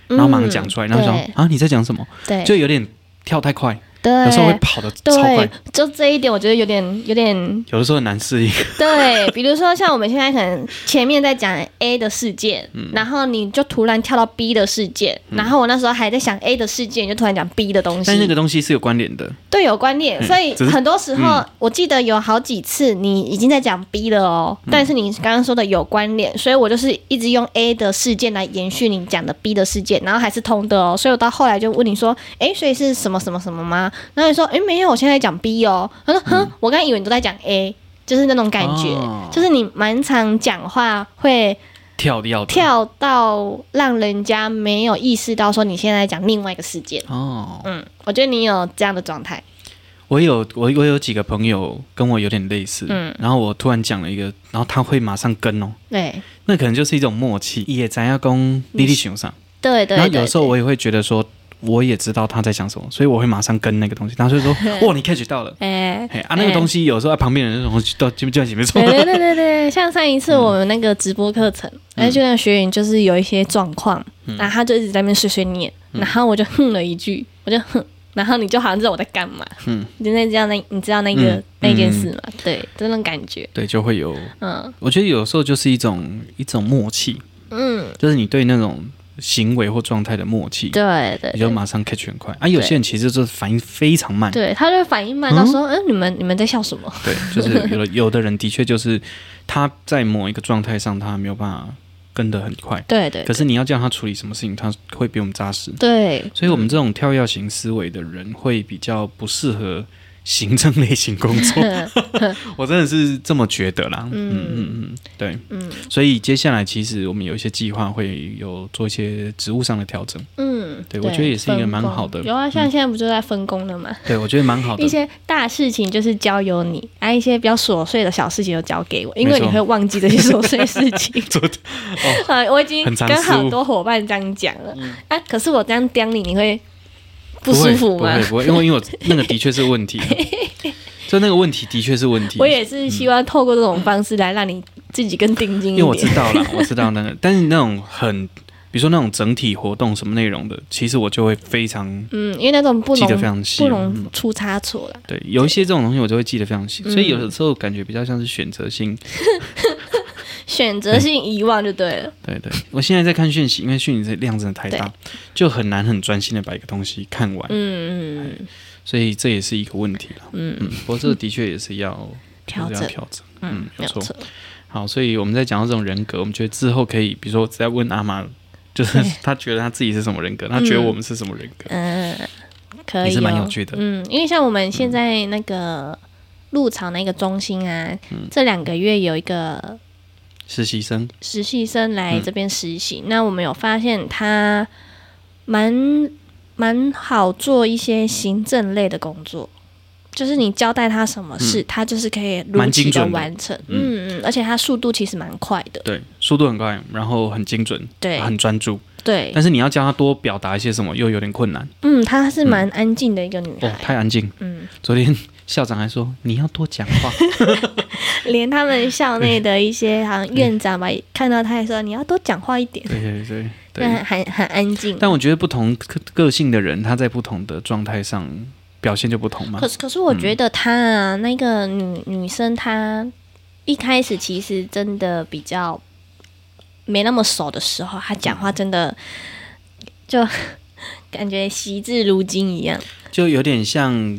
S2: 嗯然后马上讲出来，然后想
S1: 嗯对
S2: 啊你在讲什么，
S1: 对，
S2: 就有点跳太快，
S1: 对，
S2: 有时候会跑得超快
S1: 对，，就这一点，我觉得有点有点
S2: 有的时候很难适应。
S1: 对，比如说像我们现在可能前面在讲 A 的事件，
S2: 嗯
S1: 然后你就突然跳到 B 的事件，然后我那时候还在想 A 的事件，你就突然讲 B 的东西，
S2: 但那个东西是有关联的，
S1: 对有关联，
S2: 嗯
S1: 所以
S2: 只是嗯
S1: 很多时候、我记得有好几次你已经在讲 B 了哦，
S2: 嗯
S1: 但是你刚刚说的有关联，所以我就是一直用 A 的事件来延续你讲的 B 的事件，然后还是通的哦，所以我到后来就问你说，诶，所以是什么什么什么吗？然后你说，诶，没有，我现在在讲 B 哦，他
S2: 嗯
S1: 说，哼，我刚以为你都在讲 A，就是那种感觉。
S2: 哦
S1: 就是你蛮常讲话会
S2: 跳掉的
S1: 跳到让人家没有意识到说你现在讲另外一个事件。
S2: 哦。
S1: 嗯，我觉得你有这样的状态。
S2: 我有我我有几个朋友跟我有点类似，
S1: 嗯
S2: 然后我突然讲了一个，然后他会马上跟哦，
S1: 对
S2: 那可能就是一种默契，也咱要攻莉莉熊上。
S1: 对对
S2: 然后
S1: 对
S2: 有时候我也会觉得说，我也知道他在想什么，所以我会马上跟那个东西。他就说：“哇，你 catch 到了。
S1: 哎、”
S2: 嘿啊，那个东西有时候、啊、旁边的人就说哦都基本基本 [laughs] 没错嗯
S1: 对。对对对对，像上一次我们那个直播课程，而且、就那个学员就是有一些状况，
S2: 嗯
S1: 然后他就一直在那边碎碎念，然后我就哼了一句，我就哼，然后你就好像知道我在干嘛，
S2: 嗯
S1: 嗯，你就那这样那你知道那个、
S2: 嗯
S1: 那件事嘛？对，就那种感觉，
S2: 对，就会有，
S1: 嗯
S2: 我觉得有时候就是一种一种默契，
S1: 嗯，
S2: 就是你对那种行为或状态的默契，
S1: 对对
S2: 你就
S1: 对。
S2: 马上 catch 很快。啊，有些人其实就是反应非常慢，
S1: 对，他就反应慢到说，嗯，你们你们在笑什么？ [laughs]
S2: 对，就是有的有的人的确就是他在某一个状态上，他没有办法跟得很快。
S1: 对对
S2: 可是你要叫他处理什么事情，他会比我们扎实。
S1: 对，
S2: 所以，我们这种跳跃型思维的人，会比较不适合行政类型工
S1: [laughs]
S2: 作。我真的是这么觉得啦。嗯嗯嗯，对。
S1: 嗯
S2: 所以接下来，其实我们有一些计划，会有做一些职务上的调整。
S1: 嗯，
S2: 对我觉得也是一个蛮好的嗯
S1: 分工有啊，像现在不就在分工了吗？
S2: 对我觉得蛮好的
S1: 一。些大事情就是交由你，啊，一些比较琐碎的小事情就交给我，因为你会忘记这些琐碎事情。
S2: [laughs] 昨天哦
S1: 啊，我已经
S2: 很常
S1: 跟 [laughs]
S2: 失
S1: 好
S2: 误
S1: 多伙伴这样讲了，啊，可是我这样刁你，你会不舒
S2: 会
S1: 服吗
S2: 不？会，不会，因为因为我那个的确是问
S1: [laughs]
S2: 题，啊就那个问题的确是问题。
S1: 我也是希望透过这种方式来让你自己更定睛
S2: 因为我
S1: 一
S2: 知
S1: 点。
S2: 道啦，我知道那个，但是那种很，比如说那种整体活动什么内容的，其实我就会非常
S1: 嗯，因为那种不
S2: 记得
S1: 容
S2: 非常细
S1: 不
S2: 哦。嗯
S1: 容出差错了。
S2: 对，有一些这种东西我就会记得非常细，
S1: 嗯
S2: 所以有的时候感觉比较像是选择性。
S1: 选择性遗忘就对了。
S2: 对对，我现在在看讯息，因为讯息量真的太大
S1: 对，
S2: 就很难很专心的把一个东西看完，
S1: 嗯嗯
S2: 所以这也是一个问题了。
S1: 嗯，
S2: 嗯，不过这的确也是要
S1: 调
S2: 就是要
S1: 整
S2: 调整。嗯
S1: 嗯，没有
S2: 没有
S1: 错。
S2: 好，所以我们在讲到这种人格，我们觉得之后可以，比如说我在问阿玛，就是
S1: 对
S2: 他觉得他自己是什么人格，他觉得
S1: 嗯
S2: 我们是什么人格，
S1: 嗯，可以、哦，
S2: 也是蛮有趣的
S1: 嗯，因为像我们现在那个入场那个中心啊，
S2: 嗯
S1: 这两个月有一个
S2: 实习生。
S1: 实习生来这边实习，
S2: 嗯
S1: 那我们有发现他蛮蛮好做一些行政类的工作。就是你交代他什么事，他就是可以如
S2: 嗯蛮精
S1: 期的
S2: 准的
S1: 完成，嗯嗯，而且他速度其实蛮快的，
S2: 对，速度很快，然后很精准，
S1: 对
S2: 很专注。
S1: 对，
S2: 但是你要教他多表达一些什么，又有点困难。
S1: 嗯，她是蛮安静的一个女
S2: 哦，
S1: 孩，
S2: 太安静。
S1: 嗯，
S2: 昨天 [laughs] 校长还说你要多讲
S1: [laughs]
S2: 话，，
S1: 连他们校内的一些好像院长吧，看到他也说你要多讲话一点
S2: 对对对对。
S1: 但很很安静。
S2: 但我觉得不同个个性的人，他在不同的状态上表现就不同嘛
S1: 可。是可是我觉得她啊，那个女女生她一开始其实真的比较没那么熟的时候，她讲话真的就感觉惜字如金一样。
S2: 就有点像，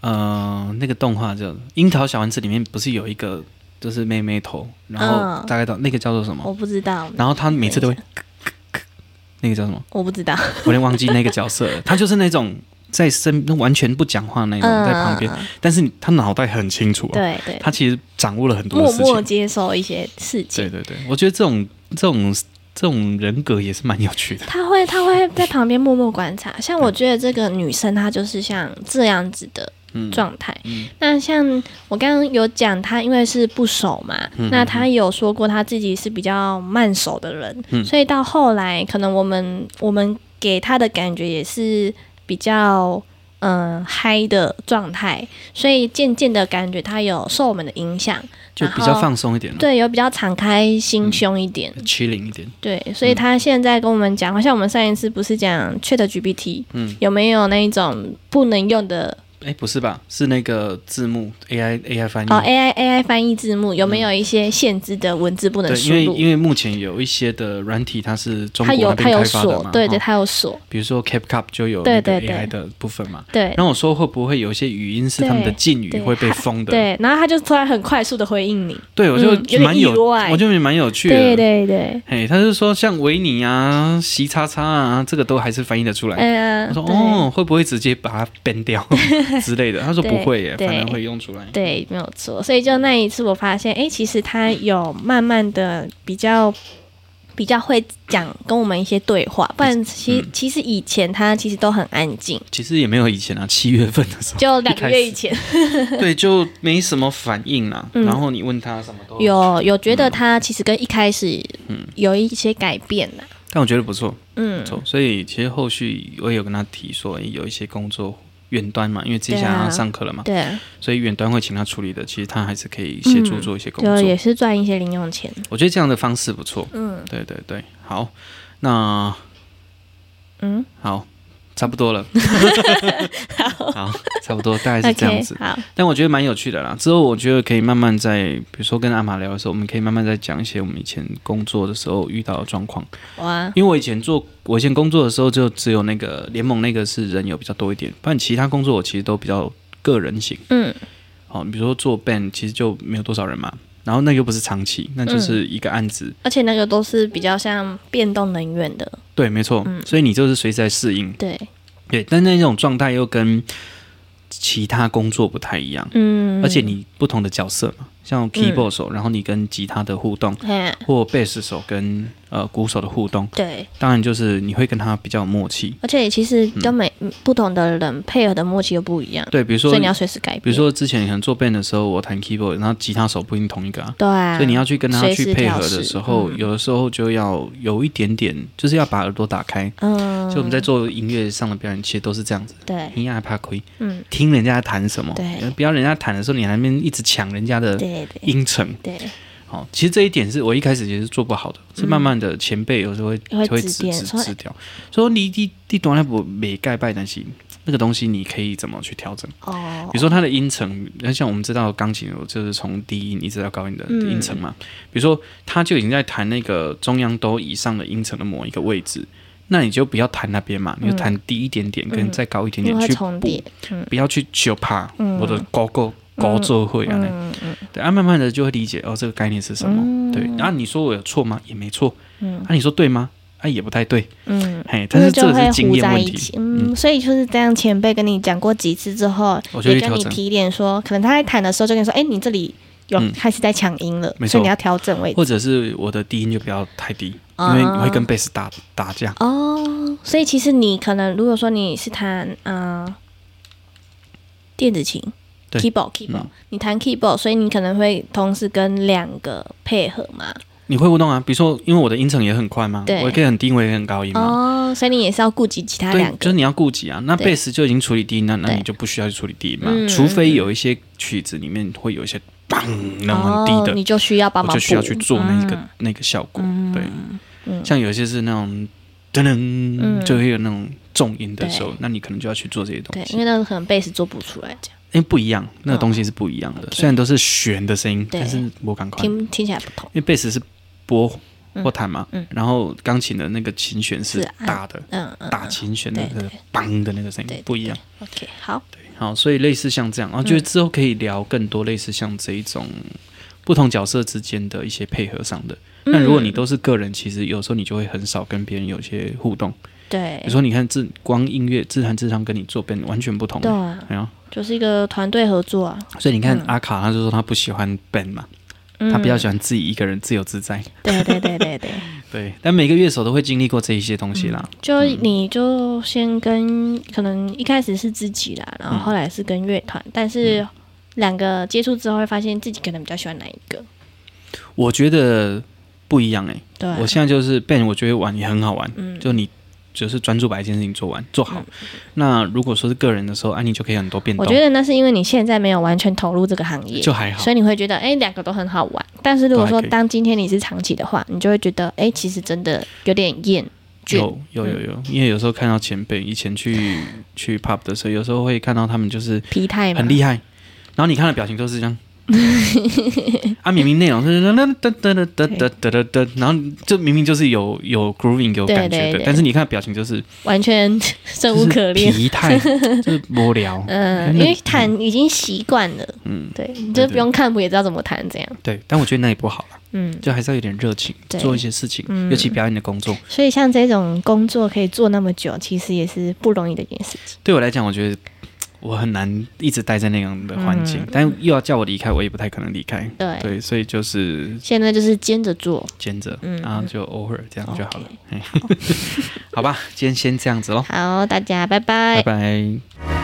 S2: 呃，那个动画叫《樱桃小丸子》里面不是有一个就是妹妹头，然后
S1: 嗯哦
S2: 大概到、那个叫做什么？
S1: 我不知道，
S2: 然后她每次都会咳咳咳，那个叫什么？
S1: 我不知道。
S2: 我有点忘记那个角色
S1: [laughs]
S2: 了。她就是那种在身完全不讲话那种，在旁边，
S1: 嗯，嗯嗯
S2: 但是她脑袋很清楚、哦，
S1: 对对，
S2: 她其实掌握了很多的
S1: 默
S2: 事
S1: 默
S2: 情。
S1: 接受一些事情
S2: 对。对对，我觉得这种这种这种人格也是蛮有趣的。
S1: 他会，他会在旁边默默观察。像我觉得这个女生，她就是像这样子的
S2: 嗯，
S1: 状态。
S2: 嗯
S1: 那像我刚刚有讲，她因为是不熟嘛，
S2: 嗯
S1: 那她有说过她自己是比较慢熟的人，
S2: 嗯
S1: 所以到后来，可能我们我们给她的感觉也是比较。嗯，嗨的状态，所以渐渐的感觉她有受我们的影响，
S2: 就
S1: 然
S2: 比较
S1: 后
S2: 放松一点了，
S1: 对，有比较敞开心胸一点，
S2: ，chilling 一点。
S1: 对，所以
S2: 嗯
S1: 他现在跟我们讲，好像我们上一次不是讲 Chat GPT，
S2: 嗯
S1: 有没有那一种不能用的
S2: 哎，不是吧？是那个字幕 AI AI 翻译。
S1: 哦 AI AI 翻译字幕，有没有一些限制的文字不能
S2: 嗯对，
S1: 输
S2: 因为
S1: 入？
S2: 因为目前有一些的软体，它是中
S1: 它
S2: 国
S1: 有
S2: 那
S1: 它
S2: 边
S1: 有
S2: 开发的
S1: 锁
S2: 嘛，，
S1: 对对，
S2: 哦
S1: 它有锁，
S2: 比如说 CapCut 就有那个
S1: 对对对
S2: AI 的部分嘛。
S1: 对
S2: 然后我说会不会有一些语音是他们的禁语
S1: 对
S2: 会被封的？
S1: 对，然后他就突然很快速的回应你，
S2: 对，我
S1: 嗯有
S2: 就
S1: 点
S2: 蛮有
S1: 意，外
S2: 我就觉得蛮有趣的。
S1: 对对对，
S2: 嘿，他就说像维尼啊、习叉叉啊，这个都还是翻译的出来。
S1: 嗯、
S2: 我说
S1: 对
S2: 哦，会不会直接把它变掉 [laughs] 之类的？他说不
S1: 对
S2: 会耶，
S1: 对
S2: 反而会用出来。
S1: 对，没有错。所以就那一次，我发现，哎，其实他有慢慢的比较比较会讲跟我们一些对话，不然其、
S2: 嗯
S1: 其实以前他其实都很安静，
S2: 其实也没有以前啊，七月份的时候，
S1: 就两个
S2: 一开
S1: 月
S2: 始
S1: 以前
S2: [laughs] 对，就没什么反应啦。
S1: 嗯
S2: 然后你问他什么都嗯
S1: 有有觉得他其实跟一开始有一些改变啦。啊
S2: 但我觉得不错，
S1: 嗯
S2: 不，错。所以其实后续我也有跟他提说，诶有一些工作远端嘛，因为之前
S1: 对啊
S2: 要上课了嘛，
S1: 对，
S2: 所以远端会请他处理的，其实他还是可以协助
S1: 嗯
S2: 做一些工
S1: 就
S2: 作。
S1: 也是赚一些零用钱。
S2: 我觉得这样的方式不错。
S1: 嗯
S2: 对对对，好，那
S1: 嗯，
S2: 好，差不多
S1: [laughs]
S2: 了， [laughs]
S1: 好
S2: 好，差不多，大概是这样子。
S1: o k 好，
S2: 但我觉得蛮有趣的啦。之后我觉得可以慢慢在，比如说跟阿玛聊的时候，我们可以慢慢再讲一些我们以前工作的时候遇到的状况。
S1: 哇，
S2: 因为我以前做，我以前工作的时候就只有那个联盟那个是人有比较多一点，不然其他工作我其实都比较个人型。
S1: 嗯
S2: 好、比如说做 band 其实就没有多少人嘛，然后那又不是长期，那就是一个案子。
S1: 而且那个都是比较像变动能源的，
S2: 对，没错，
S1: 嗯
S2: 所以你就是随时在适应。
S1: 对，
S2: 对，但那种状态又跟其他工作不太一样，
S1: 嗯，
S2: 而且你不同的角色嘛，像 keyboard 手，然后你跟吉他的互动，
S1: 嘿，
S2: 或贝斯手跟呃鼓手的互动，
S1: 对，
S2: 当然就是你会跟他比较有默契。
S1: 而且其实跟每、嗯不同的人配合的默契又不一样，
S2: 对，比嗯如说
S1: 所以，你要随时改变。
S2: 比如，说之前可能做 band 的时候，我弹 keyboard，然后吉他手不一定同一个啊。
S1: 对啊，
S2: 所以你要去跟他
S1: 随
S2: 去
S1: 时
S2: 配合
S1: 调
S2: 的
S1: 试
S2: 时候，
S1: 嗯
S2: 有的时候就要有一点点，就是要把耳朵打开。
S1: 嗯，
S2: 所以我们在做音乐上的表演，其实都是这样子，
S1: 对，
S2: 你也害怕亏。
S1: 嗯，
S2: 听人家弹什么，
S1: 对
S2: 不要人家弹的时候你还在那边一直抢人家的
S1: 对对
S2: 音程，
S1: 对，
S2: 好、哦，其实这一点是我一开始也是做不好的，是慢慢的前辈有时候会
S1: 会
S2: 会
S1: 指
S2: 指
S1: 点
S2: 指
S1: 说
S2: 指掉，说你你你短那不没盖拜担心那个东西你可以怎么去调整？
S1: 哦
S2: 比如，说它的音程，那像我们知道钢琴，我就是从低音一直到高音的
S1: 嗯
S2: 音程嘛。比如说，他就已经在弹那个中央哆以上的音程的某一个位置，那你就不要弹那边嘛，你就弹低一点点，跟
S1: 嗯
S2: 再高一点
S1: 因
S2: 点
S1: 为
S2: 去
S1: 会
S2: 补
S1: 重叠，嗯
S2: 不要去就怕
S1: 嗯
S2: 我的高高高做会啊，
S1: 嗯嗯
S2: 对啊，慢慢的就会理解哦，这个概念是什么。
S1: 嗯
S2: 对，然、后你说我有错吗？也没错。
S1: 嗯
S2: 啊，你说对吗？啊，也不太对。
S1: 嗯，
S2: 嘿，但是
S1: 就
S2: 这个
S1: 会
S2: 是经
S1: 糊
S2: 验
S1: 在
S2: 问
S1: 一
S2: 题
S1: 起。，嗯，所以就是这样，前辈跟你讲过几次之后，
S2: 我就
S1: 也
S2: 去
S1: 跟
S2: 调
S1: 你
S2: 整，
S1: 提点说，可能他在弹的时候就跟你说，哎，你这里有
S2: 嗯
S1: 开始在抢音了，
S2: 没错
S1: 所以你要调整位置
S2: 或。者是我的低音就不要太低，因
S1: 啊
S2: 为你会跟贝斯打打架。
S1: 哦，所以其实你可能如果说你是弹啊、呃电子琴
S2: 对
S1: ，keyboard keyboard，、
S2: 嗯
S1: 你弹 keyboard，所以你可能会同时跟两个配合嘛。
S2: 你会互动啊，比如说，因为我的音程也很快嘛，
S1: 对
S2: 我也可以很低音，我也可以很高音嘛。
S1: 哦，所以你也是要顾及其他
S2: 对
S1: 两，
S2: 就是
S1: 个。
S2: 你要顾及啊。那
S1: 对
S2: 贝斯就已经处理低音，那那
S1: 对
S2: 你就不需要去处理低音嘛，
S1: 嗯
S2: 除非有一些曲子里面会有一些砰那种很低的
S1: 哦，，你就需要帮
S2: 我
S1: 忙补，
S2: 就需要去做那个、
S1: 嗯
S2: 那个效果。对，
S1: 嗯
S2: 像有些是那种噔噔，
S1: 嗯
S2: 就会有那种重音的时候
S1: 对，
S2: 那你可能就要去做这些东
S1: 对，
S2: 西，
S1: 因为那个可能贝斯做不出来，这样
S2: 因为不一样，那个东西是不一样的。
S1: OK
S2: 虽然都是弦的声音，
S1: 对
S2: 但是我赶快，因
S1: 听听起来不同。
S2: 为贝斯是拨或弹嘛
S1: 嗯嗯，
S2: 然后钢琴的那个琴弦是
S1: 是按
S2: 大的。
S1: 嗯嗯，
S2: 打琴弦的那
S1: 对
S2: 个梆的那个声
S1: 对对
S2: 音不一样，
S1: OK，好，
S2: 好，所以类似像这样，然后
S1: 嗯
S2: 觉得之后可以聊更多类似像这一种不同角色之间的一些配合上的。那如果你
S1: 嗯
S2: 都是个人，其实有时候你就会很少跟别人有一些互动。
S1: 对
S2: 比如，说，你看自光音乐自弹自唱跟你做编完全不同
S1: 对
S2: 的。
S1: 啊，
S2: 哎呀，
S1: 就是一个团队合作啊，
S2: 所以你看
S1: 嗯
S2: 阿卡，他就说他不喜欢 band 嘛，
S1: 嗯
S2: 他比较喜欢自己一个人自由自在。
S1: 对对对对对。
S2: 对，但每个乐手都会经历过这一些东西啦。
S1: 就你就先跟可能一开始是自己啦，
S2: 嗯
S1: 然后后来是跟乐团，但是两个接触之后会发现自己可能比较喜欢哪一个。
S2: 我觉得不一样哎、
S1: 对啊，
S2: 我现在就是 band，我觉得玩也很好玩，
S1: 嗯
S2: 就你就是专注把一件事情做完做好。那如果说是个人的时候，啊，你就可以很多变
S1: 我
S2: 动，
S1: 觉得那是因为你现在没有完全投入这个行业，
S2: 就还好
S1: 所。以你会觉得哎两个都很好玩。但是如果
S2: 都
S1: 说
S2: 还可以
S1: 当今天你是长期的话，你就会觉得哎其实真的有点厌倦。
S2: 有有有有，因为有时候看到前辈以前去去 pub 的时候，有时候会看到他们就是
S1: 疲态嘛，
S2: 很厉害，然后你看的表情都是这样。啊，明明内容是噔噔噔噔噔噔噔噔，然后就明明就是有有 grooving 有感
S1: 对
S2: 觉
S1: 对
S2: 的
S1: 对，
S2: 但是你看表情就是
S1: 完全生无可
S2: 就
S1: 恋
S2: [laughs] 是。疲
S1: [laughs]
S2: 态，就是无聊。
S1: 嗯，因为弹已经习惯了，
S2: 嗯，
S1: 对，你就不用看谱也知道怎么弹，这样，
S2: 对，但我觉得那也不好啦，
S1: 嗯。
S2: 就还是要有点热情，
S1: 对
S2: 做一些事情，
S1: 嗯
S2: 尤其表演的工作。
S1: 所以像这种工作可以做那么久，其实也是不容易的一件事情。
S2: 对我来讲，我觉得我很难一直待在那样的环境
S1: 嗯，
S2: 但又要叫我离开，我也不太可能离开。
S1: 对，
S2: 对，所以就是
S1: 现在就是兼着做。
S2: 兼着，
S1: 嗯
S2: 然后就偶尔这样就 [laughs] 好了。嘿好吧，今天先这样子喽，
S1: 好，大家拜拜。
S2: 拜拜。